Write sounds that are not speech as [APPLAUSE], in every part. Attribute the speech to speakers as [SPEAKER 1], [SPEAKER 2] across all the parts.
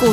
[SPEAKER 1] 股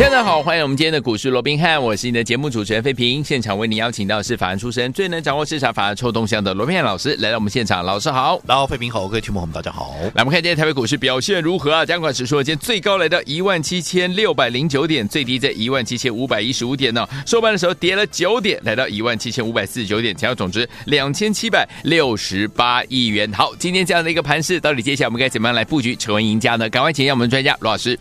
[SPEAKER 2] 大家好，欢迎我们今天的股市罗宾汉，我是你的节目主持人费平。现场为您邀请到是法案出身、最能掌握市场法案臭动向的罗宾汉老师来到我们现场，老师好。
[SPEAKER 3] 然后，费平好，各位听众朋友们，大家好。
[SPEAKER 2] 来，我们看今天台北股市表现如何啊？加管指数今天最高来到一万七千六百零九点，最低在一万七千五百一十五点呢、收盘的时候跌了九点，来到一万七千五百四十九点，成交总值两千七百六十八亿元。好，今天这样的一个盘势，到底接下来我们该怎么样来布局成为赢家呢？赶快请教我们专家罗老师。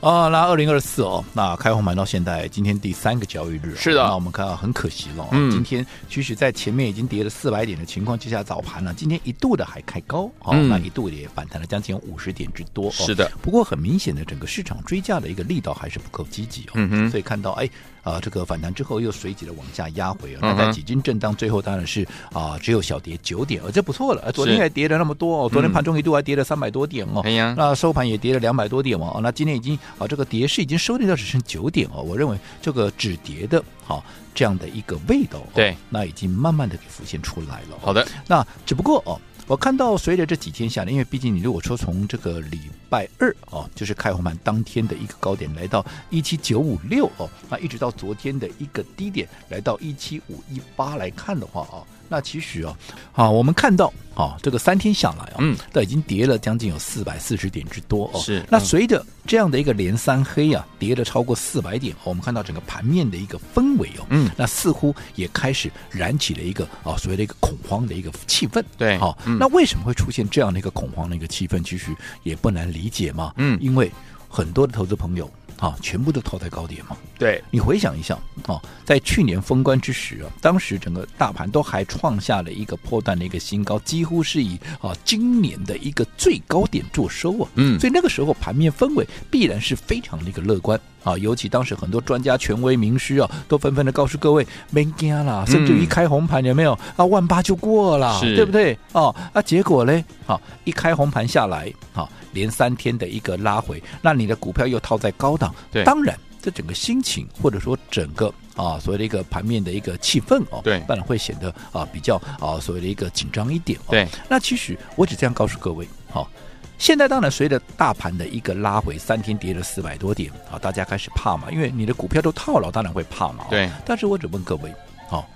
[SPEAKER 3] 啊，那二零二四哦，那开红盘到现在，今天第三个交易日哦、
[SPEAKER 2] 是的
[SPEAKER 3] 那我们看到很可惜了哦、
[SPEAKER 2] 嗯
[SPEAKER 3] 今天其实在前面已经跌了四百点的情况之下，早盘呢、今天一度的还开高，哦，
[SPEAKER 2] 嗯
[SPEAKER 3] 那一度也反弹了将近五十点之多、哦。
[SPEAKER 2] 是的，
[SPEAKER 3] 不过很明显的，整个市场追价的一个力道还是不够积极哦。
[SPEAKER 2] 嗯哼
[SPEAKER 3] 所以看到哎。啊、这个反弹之后又随即的往下压回哦，
[SPEAKER 2] 嗯
[SPEAKER 3] 那
[SPEAKER 2] 哼
[SPEAKER 3] 在几经震荡，最后当然是啊、只有小跌九点，而这不错了。呃昨天
[SPEAKER 2] 是
[SPEAKER 3] 还跌了那么多哦，昨天
[SPEAKER 2] 嗯
[SPEAKER 3] 盘中一度还跌了三百多点哦。
[SPEAKER 2] 哎呀
[SPEAKER 3] 那收盘也跌了两百多点嘛、哦，那今天已经啊这个跌势已经收敛到只剩九点哦，我认为这个止跌的好、这样的一个味道、哦，
[SPEAKER 2] 对，
[SPEAKER 3] 那已经慢慢的给浮现出来了、哦
[SPEAKER 2] 好的，
[SPEAKER 3] 那只不过哦，我看到随着这几天下来，因为毕竟你如果说从这个礼拜二哦，就是开红盘当天的一个高点来到一七九五六哦，那一直到昨天的一个低点来到一七五一八来看的话哦，那其实哦，啊，我们看到啊，这个三天下来哦，
[SPEAKER 2] 嗯，
[SPEAKER 3] 那已经跌了将近有四百四十点之多哦。
[SPEAKER 2] 是
[SPEAKER 3] 那
[SPEAKER 2] 嗯
[SPEAKER 3] 随着这样的一个连三黑啊，跌了超过四百点、哦，我们看到整个盘面的一个氛围哦，
[SPEAKER 2] 嗯
[SPEAKER 3] 那似乎也开始燃起了一个啊所谓的一个恐慌的一个气氛。
[SPEAKER 2] 对
[SPEAKER 3] 好、
[SPEAKER 2] 嗯
[SPEAKER 3] 那为什么会出现这样的一个恐慌的一个气氛？其实也不难理解嘛，
[SPEAKER 2] 嗯
[SPEAKER 3] 因为很多的投资朋友啊，全部都套在高点嘛，
[SPEAKER 2] 对，
[SPEAKER 3] 你回想一下哦，在去年封关之时啊，当时整个大盘都还创下了一个破断的一个新高，几乎是以啊今年的一个最高点做收啊。
[SPEAKER 2] 嗯
[SPEAKER 3] 所以那个时候盘面氛围必然是非常的一个乐观啊，尤其当时很多专家、权威、名师啊，都纷纷的告诉各位没惊啦，甚至于一开红盘有没有啊万八就过了，
[SPEAKER 2] 嗯是
[SPEAKER 3] 对不对？哦，啊结果嘞，好、一开红盘下来，好、连三天的一个拉回，那你的股票又套在高档，
[SPEAKER 2] 对
[SPEAKER 3] 当然。这整个心情，或者说整个啊所谓的一个盘面的一个气氛哦，
[SPEAKER 2] 对
[SPEAKER 3] 当然会显得啊比较啊所谓的一个紧张一点哦。
[SPEAKER 2] 对，
[SPEAKER 3] 那其实我只这样告诉各位，好、现在当然随着大盘的一个拉回，三天跌了四百多点啊，大家开始怕嘛，因为你的股票都套牢，当然会怕嘛。哦
[SPEAKER 2] 对，
[SPEAKER 3] 但是我只问各位，好、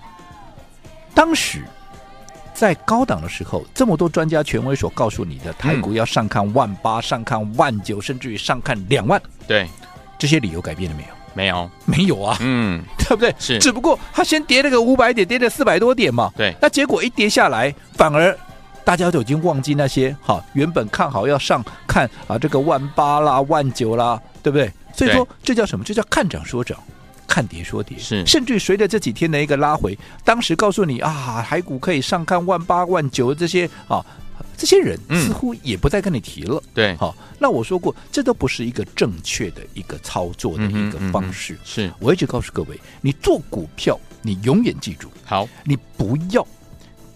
[SPEAKER 3] 当时在高档的时候，这么多专家权威所告诉你的台股要上看万八、上看万九，甚至于上看两万，
[SPEAKER 2] 对，
[SPEAKER 3] 这些理由改变了没有？
[SPEAKER 2] 没有，
[SPEAKER 3] 没有啊，
[SPEAKER 2] 嗯，
[SPEAKER 3] 对不对？
[SPEAKER 2] 是
[SPEAKER 3] 只不过它先跌了个五百点，跌了四百多点嘛。
[SPEAKER 2] 对
[SPEAKER 3] 那结果一跌下来，反而大家都已经忘记那些哈、原本看好要上看啊这个万八啦、万九啦，对不对？所以说这叫什么？这叫看涨说涨。看跌说跌，
[SPEAKER 2] 是
[SPEAKER 3] 甚至于随着这几天的一个拉回，当时告诉你啊，海股可以上看万八、万九这些啊，这些人
[SPEAKER 2] 嗯
[SPEAKER 3] 似乎也不再跟你提了。
[SPEAKER 2] 对，
[SPEAKER 3] 好、那我说过，这都不是一个正确的一个操作的一
[SPEAKER 2] 嗯
[SPEAKER 3] 个
[SPEAKER 2] 哼嗯
[SPEAKER 3] 方
[SPEAKER 2] 哼
[SPEAKER 3] 式。
[SPEAKER 2] 是
[SPEAKER 3] 我一直告诉各位，你做股票，你永远记住，
[SPEAKER 2] 好，
[SPEAKER 3] 你不要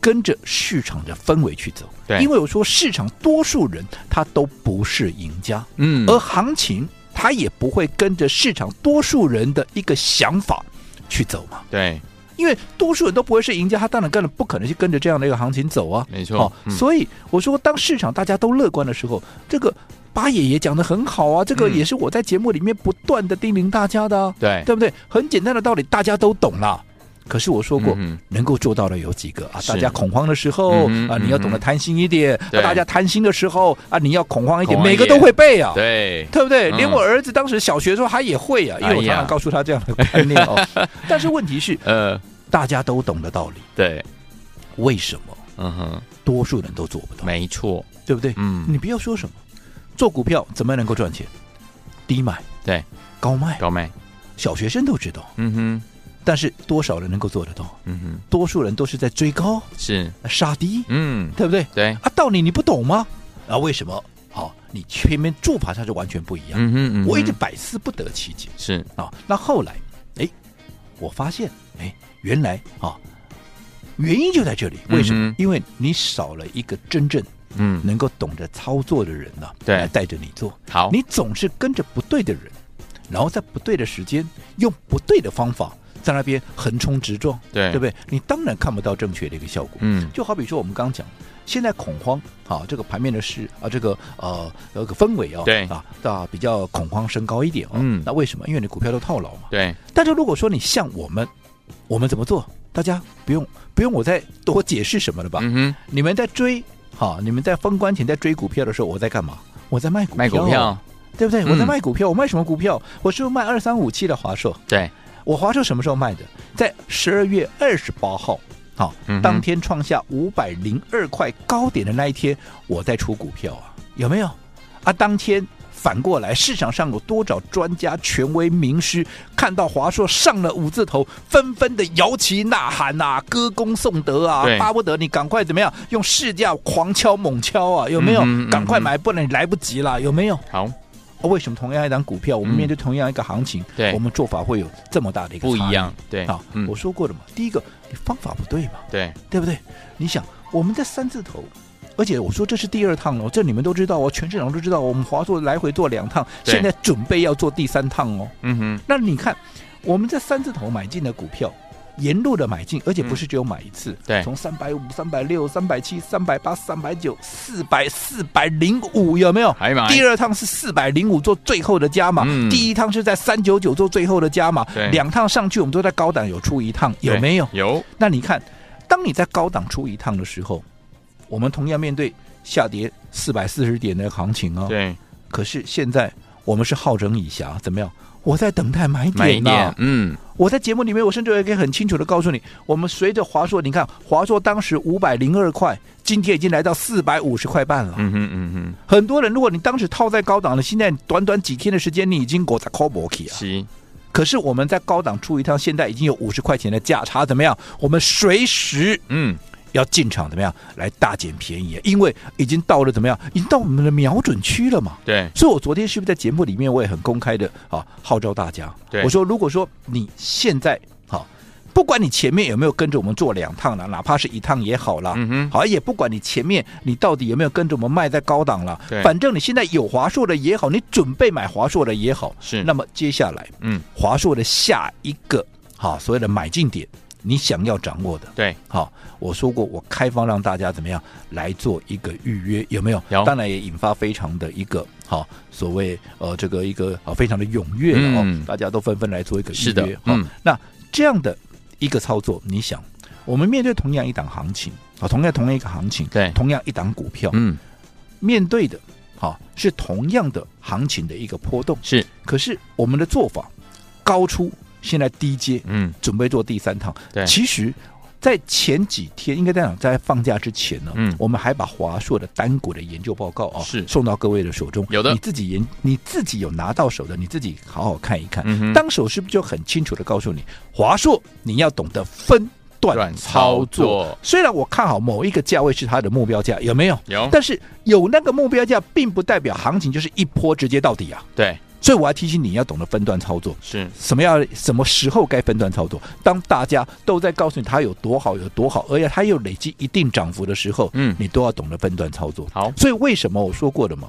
[SPEAKER 3] 跟着市场的氛围去走，
[SPEAKER 2] 对
[SPEAKER 3] 因为我说市场多数人他都不是赢家，
[SPEAKER 2] 嗯
[SPEAKER 3] 而行情它也不会跟着市场多数人的一个想法去走嘛。
[SPEAKER 2] 对，
[SPEAKER 3] 因为多数人都不会是赢家，他当然根本不可能去跟着这样的一个行情走啊。
[SPEAKER 2] 没错
[SPEAKER 3] 哦
[SPEAKER 2] 嗯
[SPEAKER 3] 所以我说，当市场大家都乐观的时候，这个八爷也讲的很好啊，这个
[SPEAKER 2] 嗯
[SPEAKER 3] 也是我在节目里面不断的叮咛大家的、啊，
[SPEAKER 2] 对
[SPEAKER 3] 对不对？很简单的道理，大家都懂啦。可是我说过，
[SPEAKER 2] 嗯哼
[SPEAKER 3] 能够做到的有几个啊？
[SPEAKER 2] 是
[SPEAKER 3] 大家恐慌的时候、
[SPEAKER 2] 嗯哼
[SPEAKER 3] 啊，你要懂得
[SPEAKER 2] 嗯哼
[SPEAKER 3] 贪心一点；啊
[SPEAKER 2] 对
[SPEAKER 3] 大家贪心的时候啊，你要恐慌一点。
[SPEAKER 2] 恐慌一
[SPEAKER 3] 每
[SPEAKER 2] 点
[SPEAKER 3] 个都会背啊，
[SPEAKER 2] 对，
[SPEAKER 3] 对不对？
[SPEAKER 2] 嗯
[SPEAKER 3] 连我儿子当时小学的时候他也会啊，因为我
[SPEAKER 2] 哎
[SPEAKER 3] 常
[SPEAKER 2] 呀
[SPEAKER 3] 常告诉他这样的观念
[SPEAKER 2] [LAUGHS]
[SPEAKER 3] 哦。但是问题是，
[SPEAKER 2] 呃，
[SPEAKER 3] 大家都懂的道理，
[SPEAKER 2] 对，
[SPEAKER 3] 为什么
[SPEAKER 2] 嗯哼，
[SPEAKER 3] 多数人都做不到？
[SPEAKER 2] 没错，
[SPEAKER 3] 对不对？
[SPEAKER 2] 嗯，
[SPEAKER 3] 你不要说什么，做股票怎么样能够赚钱？低买
[SPEAKER 2] 对，
[SPEAKER 3] 高卖，
[SPEAKER 2] 高妹，
[SPEAKER 3] 小学生都知道，
[SPEAKER 2] 嗯哼，
[SPEAKER 3] 但是多少人能够做得到？
[SPEAKER 2] 嗯哼，
[SPEAKER 3] 多数人都是在追高呃
[SPEAKER 2] 是，
[SPEAKER 3] 杀低，
[SPEAKER 2] 嗯，
[SPEAKER 3] 对不对？
[SPEAKER 2] 对，
[SPEAKER 3] 啊，道理你不懂吗？啊，为什么？好，你偏偏做法它是完全不一样。
[SPEAKER 2] 嗯哼，嗯哼
[SPEAKER 3] 我一直百思不得其解
[SPEAKER 2] 是，
[SPEAKER 3] 啊。那后来，哎，我发现，哎，原哦来啊，原因就在这里。为什么？
[SPEAKER 2] 嗯哼
[SPEAKER 3] 因为你少了一个真正
[SPEAKER 2] 嗯
[SPEAKER 3] 能够懂得操作的人呢、
[SPEAKER 2] 对哦
[SPEAKER 3] 来带着你做。
[SPEAKER 2] 好，
[SPEAKER 3] 你总是跟着不对的人，然后在不对的时间用不对的方法在那边横冲直撞，
[SPEAKER 2] 对
[SPEAKER 3] 不对？你当然看不到正确的一个效果。
[SPEAKER 2] 哎嗯
[SPEAKER 3] 就好比说我们刚刚讲，现在恐慌啊，这个盘面的事啊，这个呃有个氛围哦，
[SPEAKER 2] 对
[SPEAKER 3] 啊，啊比较恐慌升高一点哦。
[SPEAKER 2] 嗯
[SPEAKER 3] 那为什么？因为你股票都套牢嘛。
[SPEAKER 2] 对，
[SPEAKER 3] 但是如果说你像我们，我们怎么做？大家不用不用我再多解释什么了吧？
[SPEAKER 2] 嗯哼，
[SPEAKER 3] 你们在追，好，你们在封关前在追股票的时候，我在干嘛？我在卖股票，
[SPEAKER 2] 卖股票，
[SPEAKER 3] 对不对？
[SPEAKER 2] 嗯
[SPEAKER 3] 我在卖股票，我卖什么股票？我是不是卖二三五七的华硕？
[SPEAKER 2] 对，
[SPEAKER 3] 我华硕什么时候卖的？在十二月二十八号，好、
[SPEAKER 2] 嗯哼
[SPEAKER 3] 当天创下五百零二块高点的那一天，我在出股票啊，有没有？啊，当天反过来，市场上有多少专家、权威、名师看到华硕上了五字头，纷纷的摇旗呐喊呐、歌功颂德啊
[SPEAKER 2] 对，
[SPEAKER 3] 巴不得你赶快怎么样，用市价狂敲猛敲啊，有没有？
[SPEAKER 2] 嗯哼嗯哼
[SPEAKER 3] 赶快买，不然你来不及了，有没有？
[SPEAKER 2] 好，
[SPEAKER 3] 啊为什么同样一档股票，我们
[SPEAKER 2] 嗯
[SPEAKER 3] 面对同样一个行情，
[SPEAKER 2] 对
[SPEAKER 3] 我们做法会有这么大的一个
[SPEAKER 2] 不
[SPEAKER 3] 差
[SPEAKER 2] 一
[SPEAKER 3] 异
[SPEAKER 2] 样，对
[SPEAKER 3] 啊，？
[SPEAKER 2] 嗯
[SPEAKER 3] 我，说过了嘛，第一个你方法不对嘛，
[SPEAKER 2] 对，
[SPEAKER 3] 对不对？你想我们在三字头。而且我说这是第二趟了，这你们都知道哦，全市场都知道，我们华硕来回做两趟，
[SPEAKER 2] 对
[SPEAKER 3] 现在准备要做第三趟哦。
[SPEAKER 2] 嗯哼，
[SPEAKER 3] 那你看，我们在三字头买进的股票，沿路的买进，而且不是只有买一次，
[SPEAKER 2] 嗯对
[SPEAKER 3] 从三百五、三百六、三百七、三百八、三百九、四百、四百零五，有没有？
[SPEAKER 2] 还买，
[SPEAKER 3] 第二趟是四百零五做最后的加码，
[SPEAKER 2] 哎嗯
[SPEAKER 3] 第一趟是在三九九做最后的加码
[SPEAKER 2] 对，
[SPEAKER 3] 两趟上去我们都在高档有出一趟，
[SPEAKER 2] 对
[SPEAKER 3] 有没有？
[SPEAKER 2] 有，
[SPEAKER 3] 那你看，当你在高档出一趟的时候，我们同样面对下跌四百四十点的行情哦。
[SPEAKER 2] 对，
[SPEAKER 3] 可是现在我们是好整以暇，怎么样？我在等待买
[SPEAKER 2] 买一
[SPEAKER 3] 点呢、啊
[SPEAKER 2] 点，嗯，
[SPEAKER 3] 我在节目里面，我甚至也可以很清楚的告诉你，我们随着华硕，你看华硕当时五百零二块，今天已经来到四百五十块半了。
[SPEAKER 2] 嗯哼，嗯
[SPEAKER 3] 很多人，如果你当时套在高档了，现在短短几天的时间，你已经裹在 c o b o k
[SPEAKER 2] 哼，
[SPEAKER 3] 啊。
[SPEAKER 2] 是，
[SPEAKER 3] 可是我们在高档出一趟，现在已经有五十块钱的价差，怎么样？我们随时
[SPEAKER 2] 嗯，
[SPEAKER 3] 要进场，怎么样来大捡便宜？啊因为已经到了怎么样？已经到我们的瞄准区了嘛。
[SPEAKER 2] 对，
[SPEAKER 3] 所以我昨天是不是在节目里面我也很公开的啊号召大家，
[SPEAKER 2] 对
[SPEAKER 3] 我说如果说你现在好、不管你前面有没有跟着我们做两趟了，哪怕是一趟也好啦，
[SPEAKER 2] 嗯哼
[SPEAKER 3] 好也不管你前面你到底有没有跟着我们卖在高档了
[SPEAKER 2] 对，
[SPEAKER 3] 反正你现在有华硕的也好，你准备买华硕的也好，
[SPEAKER 2] 是
[SPEAKER 3] 那么接下来
[SPEAKER 2] 嗯，
[SPEAKER 3] 华硕的下一个好、所谓的买进点，你想要掌握的，
[SPEAKER 2] 对，
[SPEAKER 3] 好，我说过，我开放让大家怎么样来做一个预约，有没有？
[SPEAKER 2] 有
[SPEAKER 3] 当然也引发非常的一个好，所谓呃这个一个啊、非常的踊跃了哦，
[SPEAKER 2] 嗯
[SPEAKER 3] 大家都纷纷来做一个预约。
[SPEAKER 2] 是的
[SPEAKER 3] 好
[SPEAKER 2] 嗯
[SPEAKER 3] 那这样的一个操作，你想，我们面对同样一档行情啊，同样同样一个行情，
[SPEAKER 2] 对
[SPEAKER 3] 同样一档股票，
[SPEAKER 2] 嗯，
[SPEAKER 3] 面对的好是同样的行情的一个波动，
[SPEAKER 2] 是，
[SPEAKER 3] 可是我们的做法高出，现在低阶，
[SPEAKER 2] 嗯，
[SPEAKER 3] 准备做第三趟。
[SPEAKER 2] 对
[SPEAKER 3] 其实，在前几天，应该在讲在放假之前呢，
[SPEAKER 2] 嗯
[SPEAKER 3] 我们还把华硕的单股的研究报告啊、
[SPEAKER 2] 是
[SPEAKER 3] 送到各位的手中。
[SPEAKER 2] 有的
[SPEAKER 3] 你自己研，你自己有拿到手的，你自己好好看一看。
[SPEAKER 2] 嗯哼
[SPEAKER 3] 当时我是不是就很清楚的告诉你，华硕你要懂得分段
[SPEAKER 2] 段操
[SPEAKER 3] 操作。
[SPEAKER 2] 作
[SPEAKER 3] 虽然我看好某一个价位是它的目标价，有没有？
[SPEAKER 2] 有，
[SPEAKER 3] 但是有那个目标价，并不代表行情就是一波直接到底啊。
[SPEAKER 2] 对，
[SPEAKER 3] 所以我要提醒你要懂得分段操作。
[SPEAKER 2] 是，
[SPEAKER 3] 什么样、什么时候该分段操作？当大家都在告诉你它有多好、有多好，而且它又累积一定涨幅的时候，
[SPEAKER 2] 嗯
[SPEAKER 3] 你都要懂得分段操作。
[SPEAKER 2] 好
[SPEAKER 3] 所以为什么我说过的嘛？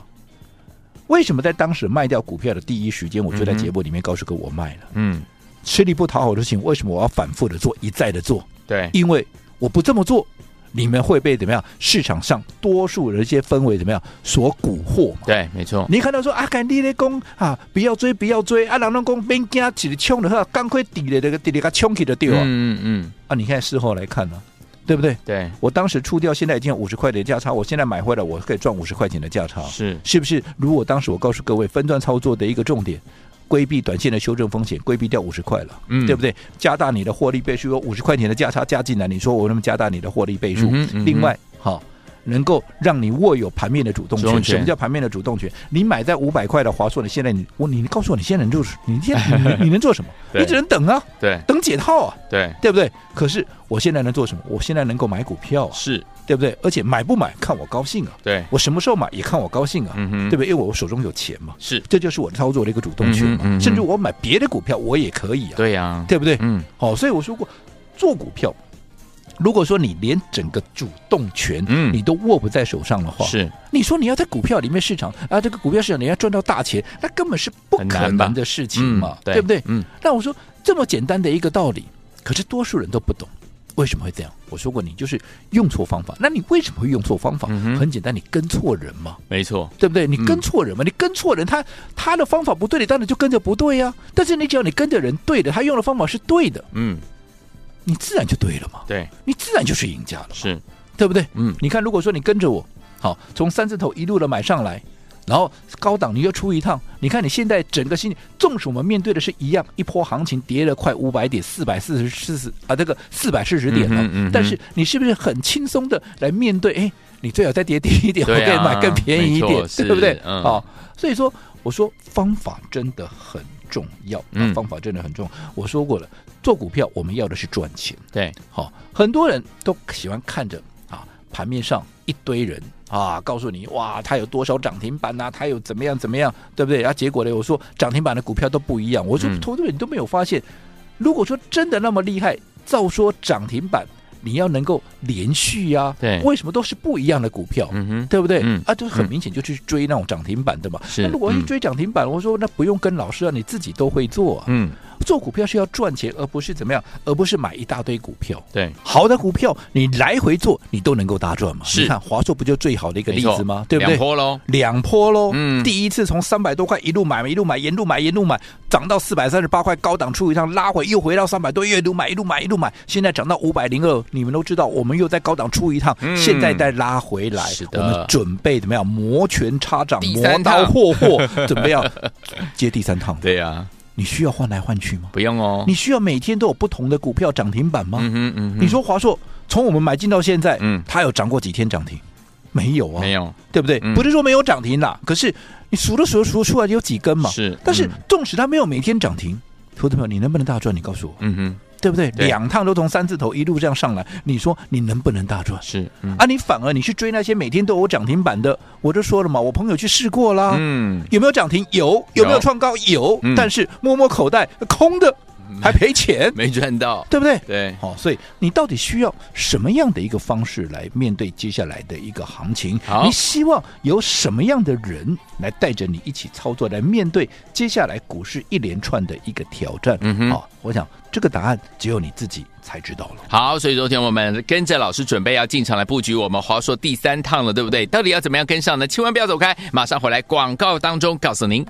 [SPEAKER 3] 为什么在当时卖掉股票的第一时间，我就在
[SPEAKER 2] 嗯哼
[SPEAKER 3] 节目里面告诉各位我卖了？
[SPEAKER 2] 嗯，
[SPEAKER 3] 吃力不讨好的事情，为什么我要反复的做、一再的做？
[SPEAKER 2] 对，
[SPEAKER 3] 因为我不这么做，你们会被怎么样？市场上多数的一些氛围怎么样所蛊惑嘛？
[SPEAKER 2] 对，没错，
[SPEAKER 3] 你看到说啊，干你咧讲啊，不要追，不要追啊，人拢讲免惊，一直冲的话，赶快抵咧这个抵咧个冲起就对啊、
[SPEAKER 2] 嗯嗯嗯，
[SPEAKER 3] 啊！你看事后来看呢、对不对？
[SPEAKER 2] 对，
[SPEAKER 3] 我当时出掉，现在已经有五十块钱的价差，我现在买回来，我可以赚五十块钱的价差，
[SPEAKER 2] 是，
[SPEAKER 3] 是不是？如果当时我告诉各位，分段操作的一个重点。规避短线的修正风险，规避掉五十块了，
[SPEAKER 2] 嗯
[SPEAKER 3] 对不对？加大你的获利倍数，有五十块钱的价差加进来，你说我能不能加大你的获利倍数？
[SPEAKER 2] 嗯哼嗯哼
[SPEAKER 3] 另外，好、能够让你握有盘面的主动
[SPEAKER 2] 主
[SPEAKER 3] 权。
[SPEAKER 2] 动权
[SPEAKER 3] 什么叫盘面的主动权？你买在五百块的华硕，你现在你我你你告诉我，你现在能做你现在
[SPEAKER 2] [LAUGHS]
[SPEAKER 3] 你能你能做什么？
[SPEAKER 2] 对
[SPEAKER 3] 你只能等啊，
[SPEAKER 2] 对，
[SPEAKER 3] 等解套啊，
[SPEAKER 2] 对，
[SPEAKER 3] 对不对？可是我现在能做什么？我现在能够买股票啊，
[SPEAKER 2] 是，
[SPEAKER 3] 对不对？而且买不买看我高兴啊，
[SPEAKER 2] 对，
[SPEAKER 3] 我什么时候买也看我高兴啊，
[SPEAKER 2] 嗯哼，
[SPEAKER 3] 对不
[SPEAKER 2] 不
[SPEAKER 3] 对？因为我手中有钱嘛，
[SPEAKER 2] 是，
[SPEAKER 3] 这就是我操作的一个主动权
[SPEAKER 2] 嗯
[SPEAKER 3] 嘛。
[SPEAKER 2] 哼嗯哼
[SPEAKER 3] 甚至我买别的股票我也可以啊，
[SPEAKER 2] 对呀，
[SPEAKER 3] 对不对？
[SPEAKER 2] 嗯，
[SPEAKER 3] 好、所以我说过，做股票如果说你连整个主动权
[SPEAKER 2] 嗯
[SPEAKER 3] 你都握不在手上的话，
[SPEAKER 2] 是
[SPEAKER 3] 你说你要在股票里面市场啊，这个股票市场你要赚到大钱，那根本是不
[SPEAKER 2] 很
[SPEAKER 3] 可
[SPEAKER 2] 难吧
[SPEAKER 3] 能的事情嘛，
[SPEAKER 2] 嗯对
[SPEAKER 3] 不对？
[SPEAKER 2] 嗯，
[SPEAKER 3] 那我说这么简单的一个道理，可是多数人都不懂。为什么会这样？我说过，你就是用错方法。那你为什么会用错方法？
[SPEAKER 2] 嗯哼
[SPEAKER 3] 很简单，你跟错人嘛。
[SPEAKER 2] 没错，
[SPEAKER 3] 对不对？你跟错
[SPEAKER 2] 嗯
[SPEAKER 3] 人嘛，你跟错人，他他的方法不对，你当然就跟着不对呀、但是你只要你跟着人对的，他用的方法是对的，
[SPEAKER 2] 嗯，
[SPEAKER 3] 你自然就对了嘛，
[SPEAKER 2] 对，
[SPEAKER 3] 你自然就是赢家了，
[SPEAKER 2] 是，
[SPEAKER 3] 对不对？
[SPEAKER 2] 嗯，
[SPEAKER 3] 你看，如果说你跟着我，好，从三字头一路的买上来，然后高档你又出一趟，你看你现在整个心，纵使我们面对的是一样一波行情，跌了快五百点，四百四十四十啊，这个四百四十点了、
[SPEAKER 2] 嗯哼嗯哼
[SPEAKER 3] 但是你是不是很轻松的来面对？哎，你最好再跌低一点，我
[SPEAKER 2] 对
[SPEAKER 3] 可
[SPEAKER 2] 啊
[SPEAKER 3] 以买更便宜一
[SPEAKER 2] 没
[SPEAKER 3] 点
[SPEAKER 2] 错，是
[SPEAKER 3] [LAUGHS] 对不对？
[SPEAKER 2] 嗯
[SPEAKER 3] 好，所以说我说方法真的很重要，啊
[SPEAKER 2] 嗯
[SPEAKER 3] 方法真的很重要。我说过了，做股票我们要的是赚钱。
[SPEAKER 2] 对，
[SPEAKER 3] 好、很多人都喜欢看着啊，盘面上一堆人啊，告诉你哇，它有多少涨停板呐、它有怎么样怎么样，对不对？啊，结果呢，我说涨停板的股票都不一样，我说
[SPEAKER 2] 嗯
[SPEAKER 3] 投资人你都没有发现，如果说真的那么厉害，照说涨停板你要能够连续呀、
[SPEAKER 2] 对
[SPEAKER 3] 为什么都是不一样的股票？
[SPEAKER 2] 嗯哼，
[SPEAKER 3] 对不对？
[SPEAKER 2] 嗯
[SPEAKER 3] 啊，就很
[SPEAKER 2] 嗯
[SPEAKER 3] 明显就去追那种涨停板的嘛。
[SPEAKER 2] 是
[SPEAKER 3] 那如果要去
[SPEAKER 2] 嗯
[SPEAKER 3] 追涨停板，我说那不用跟老师啊，你自己都会做、啊。
[SPEAKER 2] 嗯，
[SPEAKER 3] 做股票是要赚钱，而不是怎么样，而不是买一大堆股票。
[SPEAKER 2] 对，
[SPEAKER 3] 好的股票，你来回做，你都能够大赚嘛。
[SPEAKER 2] 是
[SPEAKER 3] 你看华硕不就最好的一个
[SPEAKER 2] 没
[SPEAKER 3] 例
[SPEAKER 2] 错
[SPEAKER 3] 子吗？对不对
[SPEAKER 2] 两？波喽，
[SPEAKER 3] 两波喽，
[SPEAKER 2] 嗯
[SPEAKER 3] 第一次从三百多块一路买，一路买，沿路买，沿路买，涨到四百三十八块，高档出一趟，拉回又回到三百多，一路买，一路买，一路买，现在涨到五百零二，你们都知道，我们又在高档出一趟，
[SPEAKER 2] 嗯
[SPEAKER 3] 现在再拉回来，
[SPEAKER 2] 是的
[SPEAKER 3] 我们准备怎么样？摩拳擦掌，
[SPEAKER 2] 第
[SPEAKER 3] 磨
[SPEAKER 2] 三趟
[SPEAKER 3] 刀霍霍， [LAUGHS] 准备要接第三趟。
[SPEAKER 2] 对呀，
[SPEAKER 3] 你需要换来换去吗？
[SPEAKER 2] 不用哦，
[SPEAKER 3] 你需要每天都有不同的股票涨停板吗？
[SPEAKER 2] 嗯哼嗯哼，
[SPEAKER 3] 你说华硕从我们买进到现在，
[SPEAKER 2] 嗯
[SPEAKER 3] 它有涨过几天涨停？没有啊，
[SPEAKER 2] 没有，
[SPEAKER 3] 对不对？
[SPEAKER 2] 嗯
[SPEAKER 3] 不是说没有涨停啦，可是你数都数得数得出来有几根嘛。
[SPEAKER 2] 是
[SPEAKER 3] 但是
[SPEAKER 2] 嗯
[SPEAKER 3] 纵使它没有每天涨停，投资朋友你能不能大赚？你告诉我，
[SPEAKER 2] 嗯哼，
[SPEAKER 3] 对不对？
[SPEAKER 2] 对
[SPEAKER 3] 两趟都从三字头一路这样上来，你说你能不能大赚？
[SPEAKER 2] 是，嗯
[SPEAKER 3] 啊，你反而你去追那些每天都有涨停板的，我就说了嘛，我朋友去试过啦。
[SPEAKER 2] 嗯，
[SPEAKER 3] 有没有涨停？有，有没
[SPEAKER 2] 有
[SPEAKER 3] 有创高？有，
[SPEAKER 2] 嗯
[SPEAKER 3] 但是摸摸口袋空的，还赔钱，
[SPEAKER 2] [LAUGHS] 没赚到，
[SPEAKER 3] 对不对？
[SPEAKER 2] 对，
[SPEAKER 3] 好、所以你到底需要什么样的一个方式来面对接下来的一个行情
[SPEAKER 2] 好？
[SPEAKER 3] 你希望有什么样的人来带着你一起操作，来面对接下来股市一连串的一个挑战？
[SPEAKER 2] 嗯哼
[SPEAKER 3] 好我想这个答案只有你自己才知道了。
[SPEAKER 2] 好，所以昨天我们跟着老师准备要进场来布局我们华硕第三趟了，对不对？到底要怎么样跟上呢？千万不要走开，马上回来广告当中告诉您。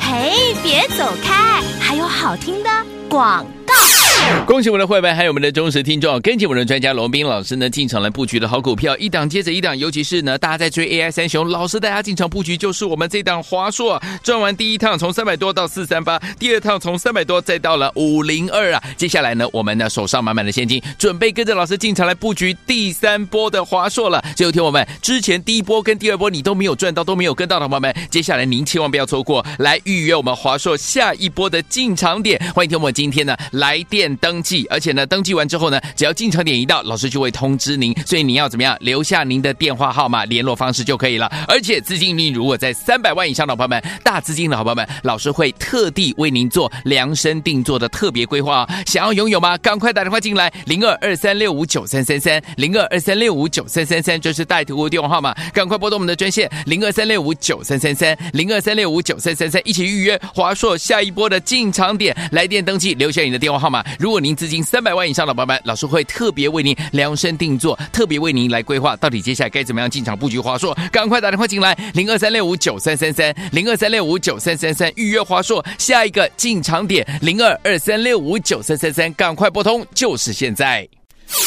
[SPEAKER 1] 嘿，别走开，还有好听的广告。
[SPEAKER 2] [COUGHS] 恭喜我们的会员，还有我们的忠实听众，跟紧我们的专家龙斌老师呢进场来布局的好股票，一档接着一档，尤其是呢大家在追 AI 三雄，老师带大家进场布局就是我们这档华硕，赚完第一趟从三百多到四三八，第二趟从三百多再到了五零二啊，接下来呢我们呢手上满满的现金，准备跟着老师进场来布局第三波的华硕了。所以有听我们之前第一波跟第二波你都没有赚到，都没有跟到的朋友们，接下来您千万不要错过，来预约我们华硕下一波的进场点。欢迎听我们今天呢来电登记，而且呢登记完之后呢，只要进场点一到，老师就会通知您，所以您要怎么样留下您的电话号码、联络方式就可以了。而且资金率如果在三百万以上的朋友们，大资金的好朋友们，老师会特地为您做量身定做的特别规划、哦，想要拥有吗？赶快打电话进来，零二二三六五九三三三，零二二三六五九三三三，这是带图的电话号码，赶快拨通我们的专线零二三六五九三三三，零二三六五九三三三，一起预约华硕下一波的进场点，来电登记，留下你的电话号码。如果您资金三百万以上的宝宝们，老师会特别为您量身定做，特别为您来规划，到底接下来该怎么样进场布局华硕，赶快打电话进来，零二三六五九三三三，零二三六五九三三三，预约华硕下一个进场点零二二三六五九三三三，赶快拨通，就是现在。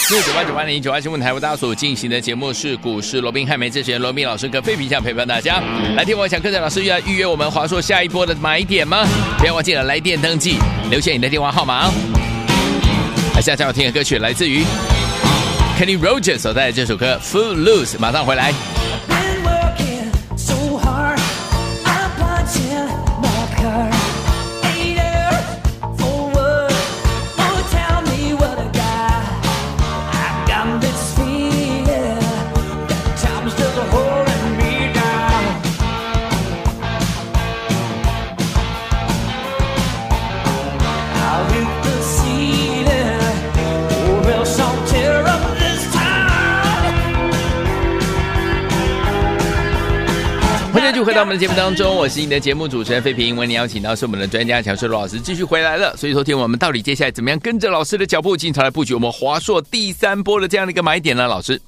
[SPEAKER 2] 六九八九八零九八新闻台为大家所进行的节目是股市罗宾汉梅这学罗宾老师跟费皮相陪伴大家。来听我想跟着老师要预约我们华硕下一波的买点吗？不要忘记了来电登记，留下你的电话号码哦。那下周要听的歌曲来自于 Kenny Rogers 所带来这首歌《Food Loose》，马上回来。
[SPEAKER 4] Been working so hard, I'm punching my car. Later forward, oh tell me what I got. I got this feeling that time's still holding me down. I hit the ceiling,
[SPEAKER 2] 回到我们的节目当中，我是你的节目主持人费平。为你邀请到是我们的专家乔硕罗老师继续回来了。所以，昨天我们到底接下来怎么样跟着老师的脚步进场来布局我们华硕第三波的这样的一个买点呢？老师，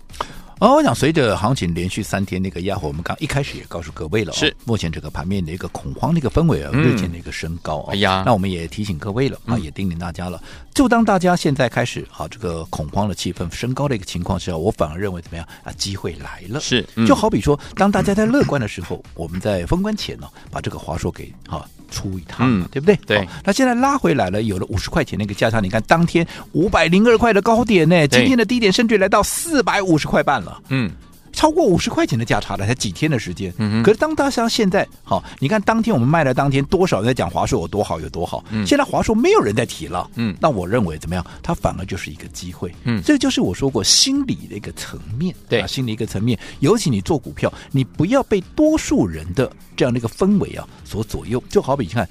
[SPEAKER 3] 哦，我想随着行情连续三天那个压回，我们刚一开始也告诉各位了、哦，
[SPEAKER 2] 是
[SPEAKER 3] 目前这个盘面的一个恐慌的一个氛围啊，
[SPEAKER 2] 嗯
[SPEAKER 3] 日渐的一个升高、哦。
[SPEAKER 2] 哎呀
[SPEAKER 3] 那我们也提醒各位了啊，
[SPEAKER 2] 嗯
[SPEAKER 3] 也叮咛大家了，就当大家现在开始啊，这个恐慌的气氛升高的一个情况之下，我反而认为怎么样啊，机会来了。
[SPEAKER 2] 是嗯
[SPEAKER 3] 就好比说，当大家在乐观的时候，我们在封关前呢、把这个华硕给啊出一趟嘛，
[SPEAKER 2] 嗯
[SPEAKER 3] 对不对？
[SPEAKER 2] 对
[SPEAKER 3] 好那现在拉回来了，有了五十块钱的一个价差，你看当天五百零二块的高点呢，今
[SPEAKER 2] 对
[SPEAKER 3] 天的低点甚至来到四百五十块半了。
[SPEAKER 2] 嗯，
[SPEAKER 3] 超过五十块钱的价差了，才几天的时间。
[SPEAKER 2] 嗯哼
[SPEAKER 3] 可是当大家现在好，你看当天我们卖了，当天多少人在讲华硕有多好有多好，
[SPEAKER 2] 嗯
[SPEAKER 3] 现在华硕没有人在提了。
[SPEAKER 2] 嗯
[SPEAKER 3] 那我认为怎么样？它反而就是一个机会。
[SPEAKER 2] 嗯
[SPEAKER 3] 这就是我说过心理的一个层面，
[SPEAKER 2] 对
[SPEAKER 3] 啊心理一个层面。尤其你做股票，你不要被多数人的这样的一个氛围啊所左右。就好比你看，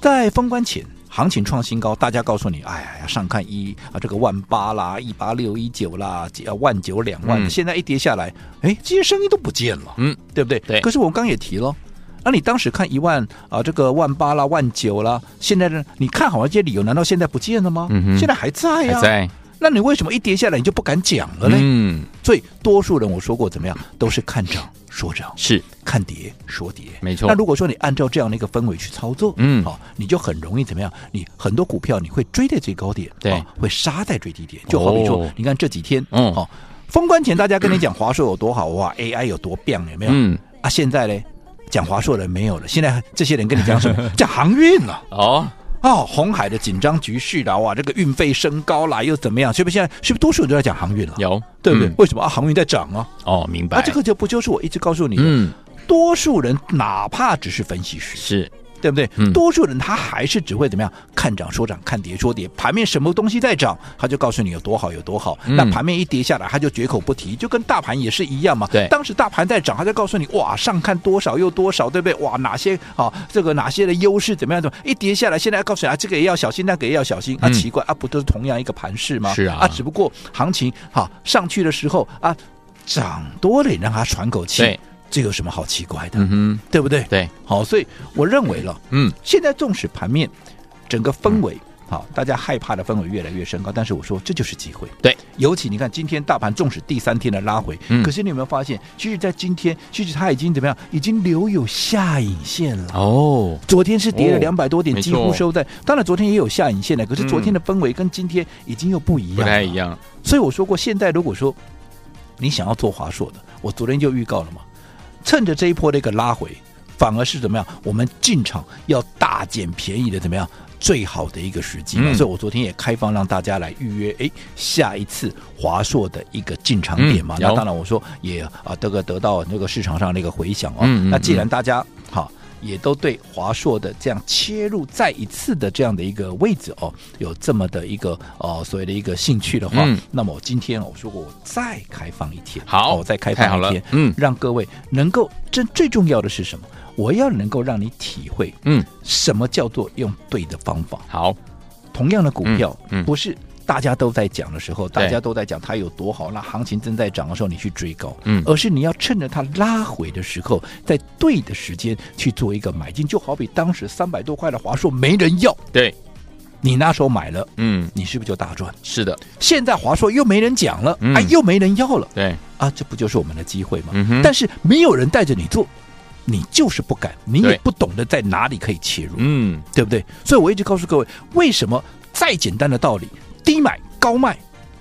[SPEAKER 3] 在封关前。行情创新高，大家告诉你，哎呀，上看一啊，这个万八啦，一八六一九啦，几啊万九两万，
[SPEAKER 2] 嗯
[SPEAKER 3] 现在一跌下来，哎，这些声音都不见了，
[SPEAKER 2] 嗯，
[SPEAKER 3] 对不对？
[SPEAKER 2] 对
[SPEAKER 3] 可是我刚刚也提了。那、你当时看一万啊，这个万八啦、万九啦，现在呢，你看好了这些理由，难道现在不见了吗？
[SPEAKER 2] 嗯哼
[SPEAKER 3] 现在还在呀、
[SPEAKER 2] 还在，
[SPEAKER 3] 那你为什么一跌下来你就不敢讲了呢？
[SPEAKER 2] 嗯，
[SPEAKER 3] 所以多数人我说过怎么样，都是看涨说涨，
[SPEAKER 2] 是
[SPEAKER 3] 看跌说跌，
[SPEAKER 2] 没错
[SPEAKER 3] 那如果说你按照这样的一个氛围去操作，
[SPEAKER 2] 嗯
[SPEAKER 3] 好、你就很容易怎么样？你很多股票你会追在最高点，
[SPEAKER 2] 对
[SPEAKER 3] 啊会杀在最低点。就好比说，
[SPEAKER 2] 哦
[SPEAKER 3] 你看这几天，
[SPEAKER 2] 嗯
[SPEAKER 3] 好、封关前大家跟你讲华硕有多好哇，AI 有多棒，有没有？
[SPEAKER 2] 嗯，
[SPEAKER 3] 啊，现在呢，讲华硕的没有了，现在这些人跟你讲
[SPEAKER 2] [LAUGHS]
[SPEAKER 3] 什么？讲航运了、
[SPEAKER 2] 哦，
[SPEAKER 3] 哦，红海的紧张局势啦，哇，这个运费升高啦，又怎么样？是不是现在是不是多数人都在讲航运了？
[SPEAKER 2] 有，
[SPEAKER 3] 对不对？
[SPEAKER 2] 嗯
[SPEAKER 3] 为什么啊？航运在涨啊？
[SPEAKER 2] 哦，明白，
[SPEAKER 3] 啊，这个就不就是我一直告诉你的，
[SPEAKER 2] 嗯
[SPEAKER 3] 多数人哪怕只是分析师，
[SPEAKER 2] 是
[SPEAKER 3] 对不对？
[SPEAKER 2] 嗯
[SPEAKER 3] 多数人他还是只会怎么样？看涨说涨，看跌说跌。盘面什么东西在涨，他就告诉你有多好有多好。
[SPEAKER 2] 嗯
[SPEAKER 3] 那盘面一跌下来，他就绝口不提，就跟大盘也是一样嘛。
[SPEAKER 2] 对
[SPEAKER 3] 当时大盘在涨，他就告诉你哇，上看多少又多少，对不对？哇，哪些啊这个哪些的优势怎么样？怎么样一跌下来，现在告诉你啊，这个也要小心，那个也要小心。啊，
[SPEAKER 2] 嗯
[SPEAKER 3] 奇怪啊，不都是同样一个盘势吗？
[SPEAKER 2] 是啊
[SPEAKER 3] 啊，只不过行情哈、啊上去的时候啊，涨多了，你让他喘口气
[SPEAKER 2] 对，
[SPEAKER 3] 这有什么好奇怪的？
[SPEAKER 2] 嗯哼，
[SPEAKER 3] 对不对？
[SPEAKER 2] 对，
[SPEAKER 3] 好，所以我认为了，
[SPEAKER 2] 嗯，
[SPEAKER 3] 现在纵使盘面整个氛围。好，大家害怕的氛围越来越升高，但是我说这就是机会。
[SPEAKER 2] 对，
[SPEAKER 3] 尤其你看今天大盘纵使第三天的拉回，
[SPEAKER 2] 嗯
[SPEAKER 3] 可是你有没有发现，其实，在今天，其实它已经怎么样，已经留有下影线了。
[SPEAKER 2] 哦，
[SPEAKER 3] 昨天是跌了
[SPEAKER 2] 哦
[SPEAKER 3] 两百多点，
[SPEAKER 2] 没错嗯
[SPEAKER 3] 几乎收在。当然，昨天也有下影线的，可是昨天的氛围跟今天已经又不一样，
[SPEAKER 2] 不太一。样，
[SPEAKER 3] 所以我说过，现在如果说你想要做华硕的，我昨天就预告了嘛，趁着这一波的一个拉回，反而是怎么样？我们进场要大捡便宜的怎么样？最好的一个时机嘛，
[SPEAKER 2] 嗯
[SPEAKER 3] 所以我昨天也开放让大家来预约，哎，下一次华硕的一个进场点嘛。
[SPEAKER 2] 嗯有
[SPEAKER 3] 那当然，我说也啊，这个得到那个市场上的一个回响哦。
[SPEAKER 2] 嗯嗯
[SPEAKER 3] 那既然大家哈、也都对华硕的这样切入再一次的这样的一个位置哦，有这么的一个呃所谓的一个兴趣的话，
[SPEAKER 2] 嗯
[SPEAKER 3] 那么我今天哦我说过我再开放一天，
[SPEAKER 2] 好
[SPEAKER 3] 哦我再开
[SPEAKER 2] 太好
[SPEAKER 3] 放一
[SPEAKER 2] 了
[SPEAKER 3] 天，，
[SPEAKER 2] 嗯
[SPEAKER 3] 让各位能够这最重要的是什么？我要能够让你体会
[SPEAKER 2] 嗯，
[SPEAKER 3] 什么叫做用对的方法。
[SPEAKER 2] 好，
[SPEAKER 3] 同样的股票，
[SPEAKER 2] 嗯嗯
[SPEAKER 3] 不是大家都在讲的时候，
[SPEAKER 2] 对
[SPEAKER 3] 大家都在讲它有多好，那行情正在涨的时候，你去追高，
[SPEAKER 2] 嗯
[SPEAKER 3] 而是你要趁着它拉回的时候，在对的时间去做一个买进，就好比当时三百多块的华硕没人要，
[SPEAKER 2] 对，
[SPEAKER 3] 你那时候买了，
[SPEAKER 2] 嗯，
[SPEAKER 3] 你是不是就大赚？
[SPEAKER 2] 是的，
[SPEAKER 3] 现在华硕又没人讲了，
[SPEAKER 2] 嗯
[SPEAKER 3] 啊，又没人要了，
[SPEAKER 2] 对，
[SPEAKER 3] 啊，这不就是我们的机会吗？
[SPEAKER 2] 嗯哼
[SPEAKER 3] 但是没有人带着你做，你就是不敢，你也
[SPEAKER 2] 对
[SPEAKER 3] 不懂得在哪里可以切入，
[SPEAKER 2] 嗯，
[SPEAKER 3] 对不对？所以我一直告诉各位，为什么再简单的道理，低买高卖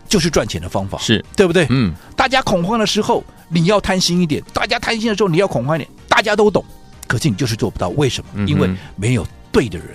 [SPEAKER 3] 就是赚钱的方法，
[SPEAKER 2] 是，
[SPEAKER 3] 对不对？
[SPEAKER 2] 嗯，
[SPEAKER 3] 大家恐慌的时候，你要贪心一点；大家贪心的时候，你要恐慌一点。大家都懂，可是你就是做不到，为什么？
[SPEAKER 2] 嗯哼
[SPEAKER 3] 因为没有对的人，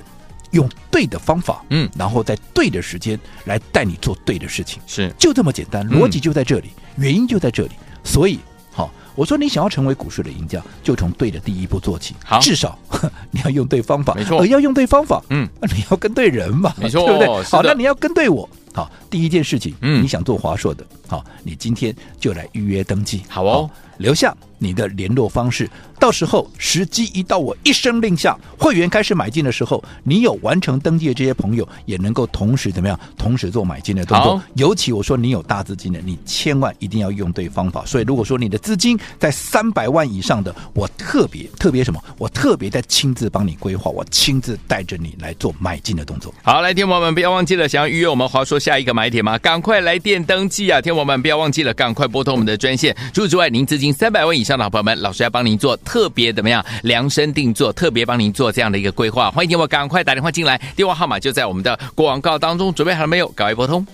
[SPEAKER 3] 用对的方法，
[SPEAKER 2] 嗯
[SPEAKER 3] 然后在对的时间来带你做对的事情。
[SPEAKER 2] 是，
[SPEAKER 3] 就这么简单，
[SPEAKER 2] 嗯
[SPEAKER 3] 逻辑就在这里，原因就在这里。所以，好、我说你想要成为股市的赢家，就从对的第一步做起。
[SPEAKER 2] 好
[SPEAKER 3] 至少 [LAUGHS] 呵你要用对方法，
[SPEAKER 2] 没错
[SPEAKER 3] 而要用对方法，
[SPEAKER 2] 嗯，
[SPEAKER 3] 你要跟对人嘛，
[SPEAKER 2] 没错
[SPEAKER 3] [LAUGHS] 对不
[SPEAKER 2] 是
[SPEAKER 3] 对？
[SPEAKER 2] 的
[SPEAKER 3] 好，那你要跟对我。好，第一件事情，
[SPEAKER 2] 嗯
[SPEAKER 3] 你想做华硕的，好，你今天就来预约登记。
[SPEAKER 2] 好哦
[SPEAKER 3] 留下你的联络方式。到时候时机一到，我一声令下，会员开始买进的时候，你有完成登记的这些朋友，也能够同时怎么样？同时做买进的动作
[SPEAKER 2] 好。
[SPEAKER 3] 尤其我说你有大资金的，你千万一定要用对方法。所以如果说你的资金在三百万以上的，我特别特别什么？我特别在亲自帮你规划，我亲自带着你来做买进的动作。
[SPEAKER 2] 好，来，天王们不要忘记了，想要预约我们华硕下一个买点吗？赶快来电登记啊！天王们不要忘记了，赶快拨通我们的专线。除此之外，您资金三百万以上的好朋友们，老师要帮您做特别怎么样量身定做，特别帮您做这样的一个规划。欢迎天王赶快打电话进来，电话号码就在我们的广告当中，准备好了没有？赶快拨通。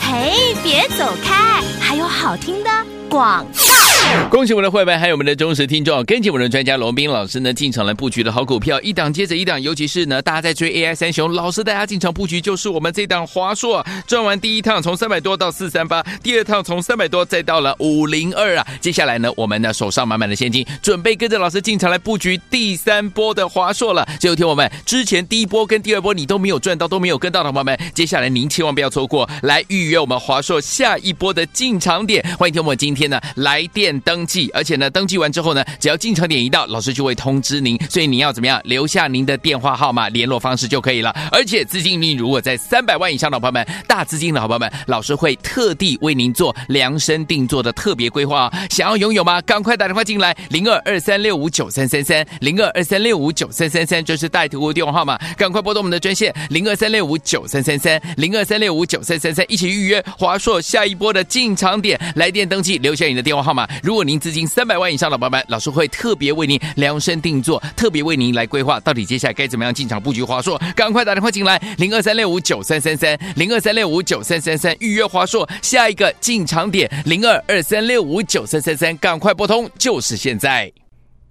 [SPEAKER 1] 嘿，别走开，还有好听的广。
[SPEAKER 2] 恭喜我们的会员，还有我们的忠实听众，啊跟紧我们的专家龙斌老师呢进场来布局的好股票，一档接着一档，尤其是呢大家在追 AI 三雄，老师带大家进场布局就是我们这档华硕，赚完第一趟从三百多到四三八，第二趟从三百多再到了五零二啊，接下来呢我们呢手上满满的现金，准备跟着老师进场来布局第三波的华硕了。只有听我们之前第一波跟第二波你都没有赚到，都没有跟到的朋友们，接下来您千万不要错过，来预约我们华硕下一波的进场点。欢迎听我们今天呢来电登记，而且呢登记完之后呢，只要进场点一到，老师就会通知您，所以你要怎么样留下您的电话号码、联络方式就可以了。而且资金您如果在三百万以上的朋友们，大资金的好朋友们，老师会特地为您做量身定做的特别规划、哦。想要拥有吗？赶快打电话进来，零二二三六五九三三三，零二二三六五九三三三，这是带图的电话号码，赶快拨通我们的专线零二三六五九三三三，零二三六五九三三三，一起预约华硕下一波的进场点，来电登记，留下你的电话号码。如果您资金三百万以上的宝宝们，老师会特别为您量身定做，特别为您来规划，到底接下来该怎么样进场布局华硕？赶快打电话进来，零二三六五九三三三，零二三六五九三三三，预约华硕下一个进场点，零二二三六五九三三三，赶快拨通，就是现在。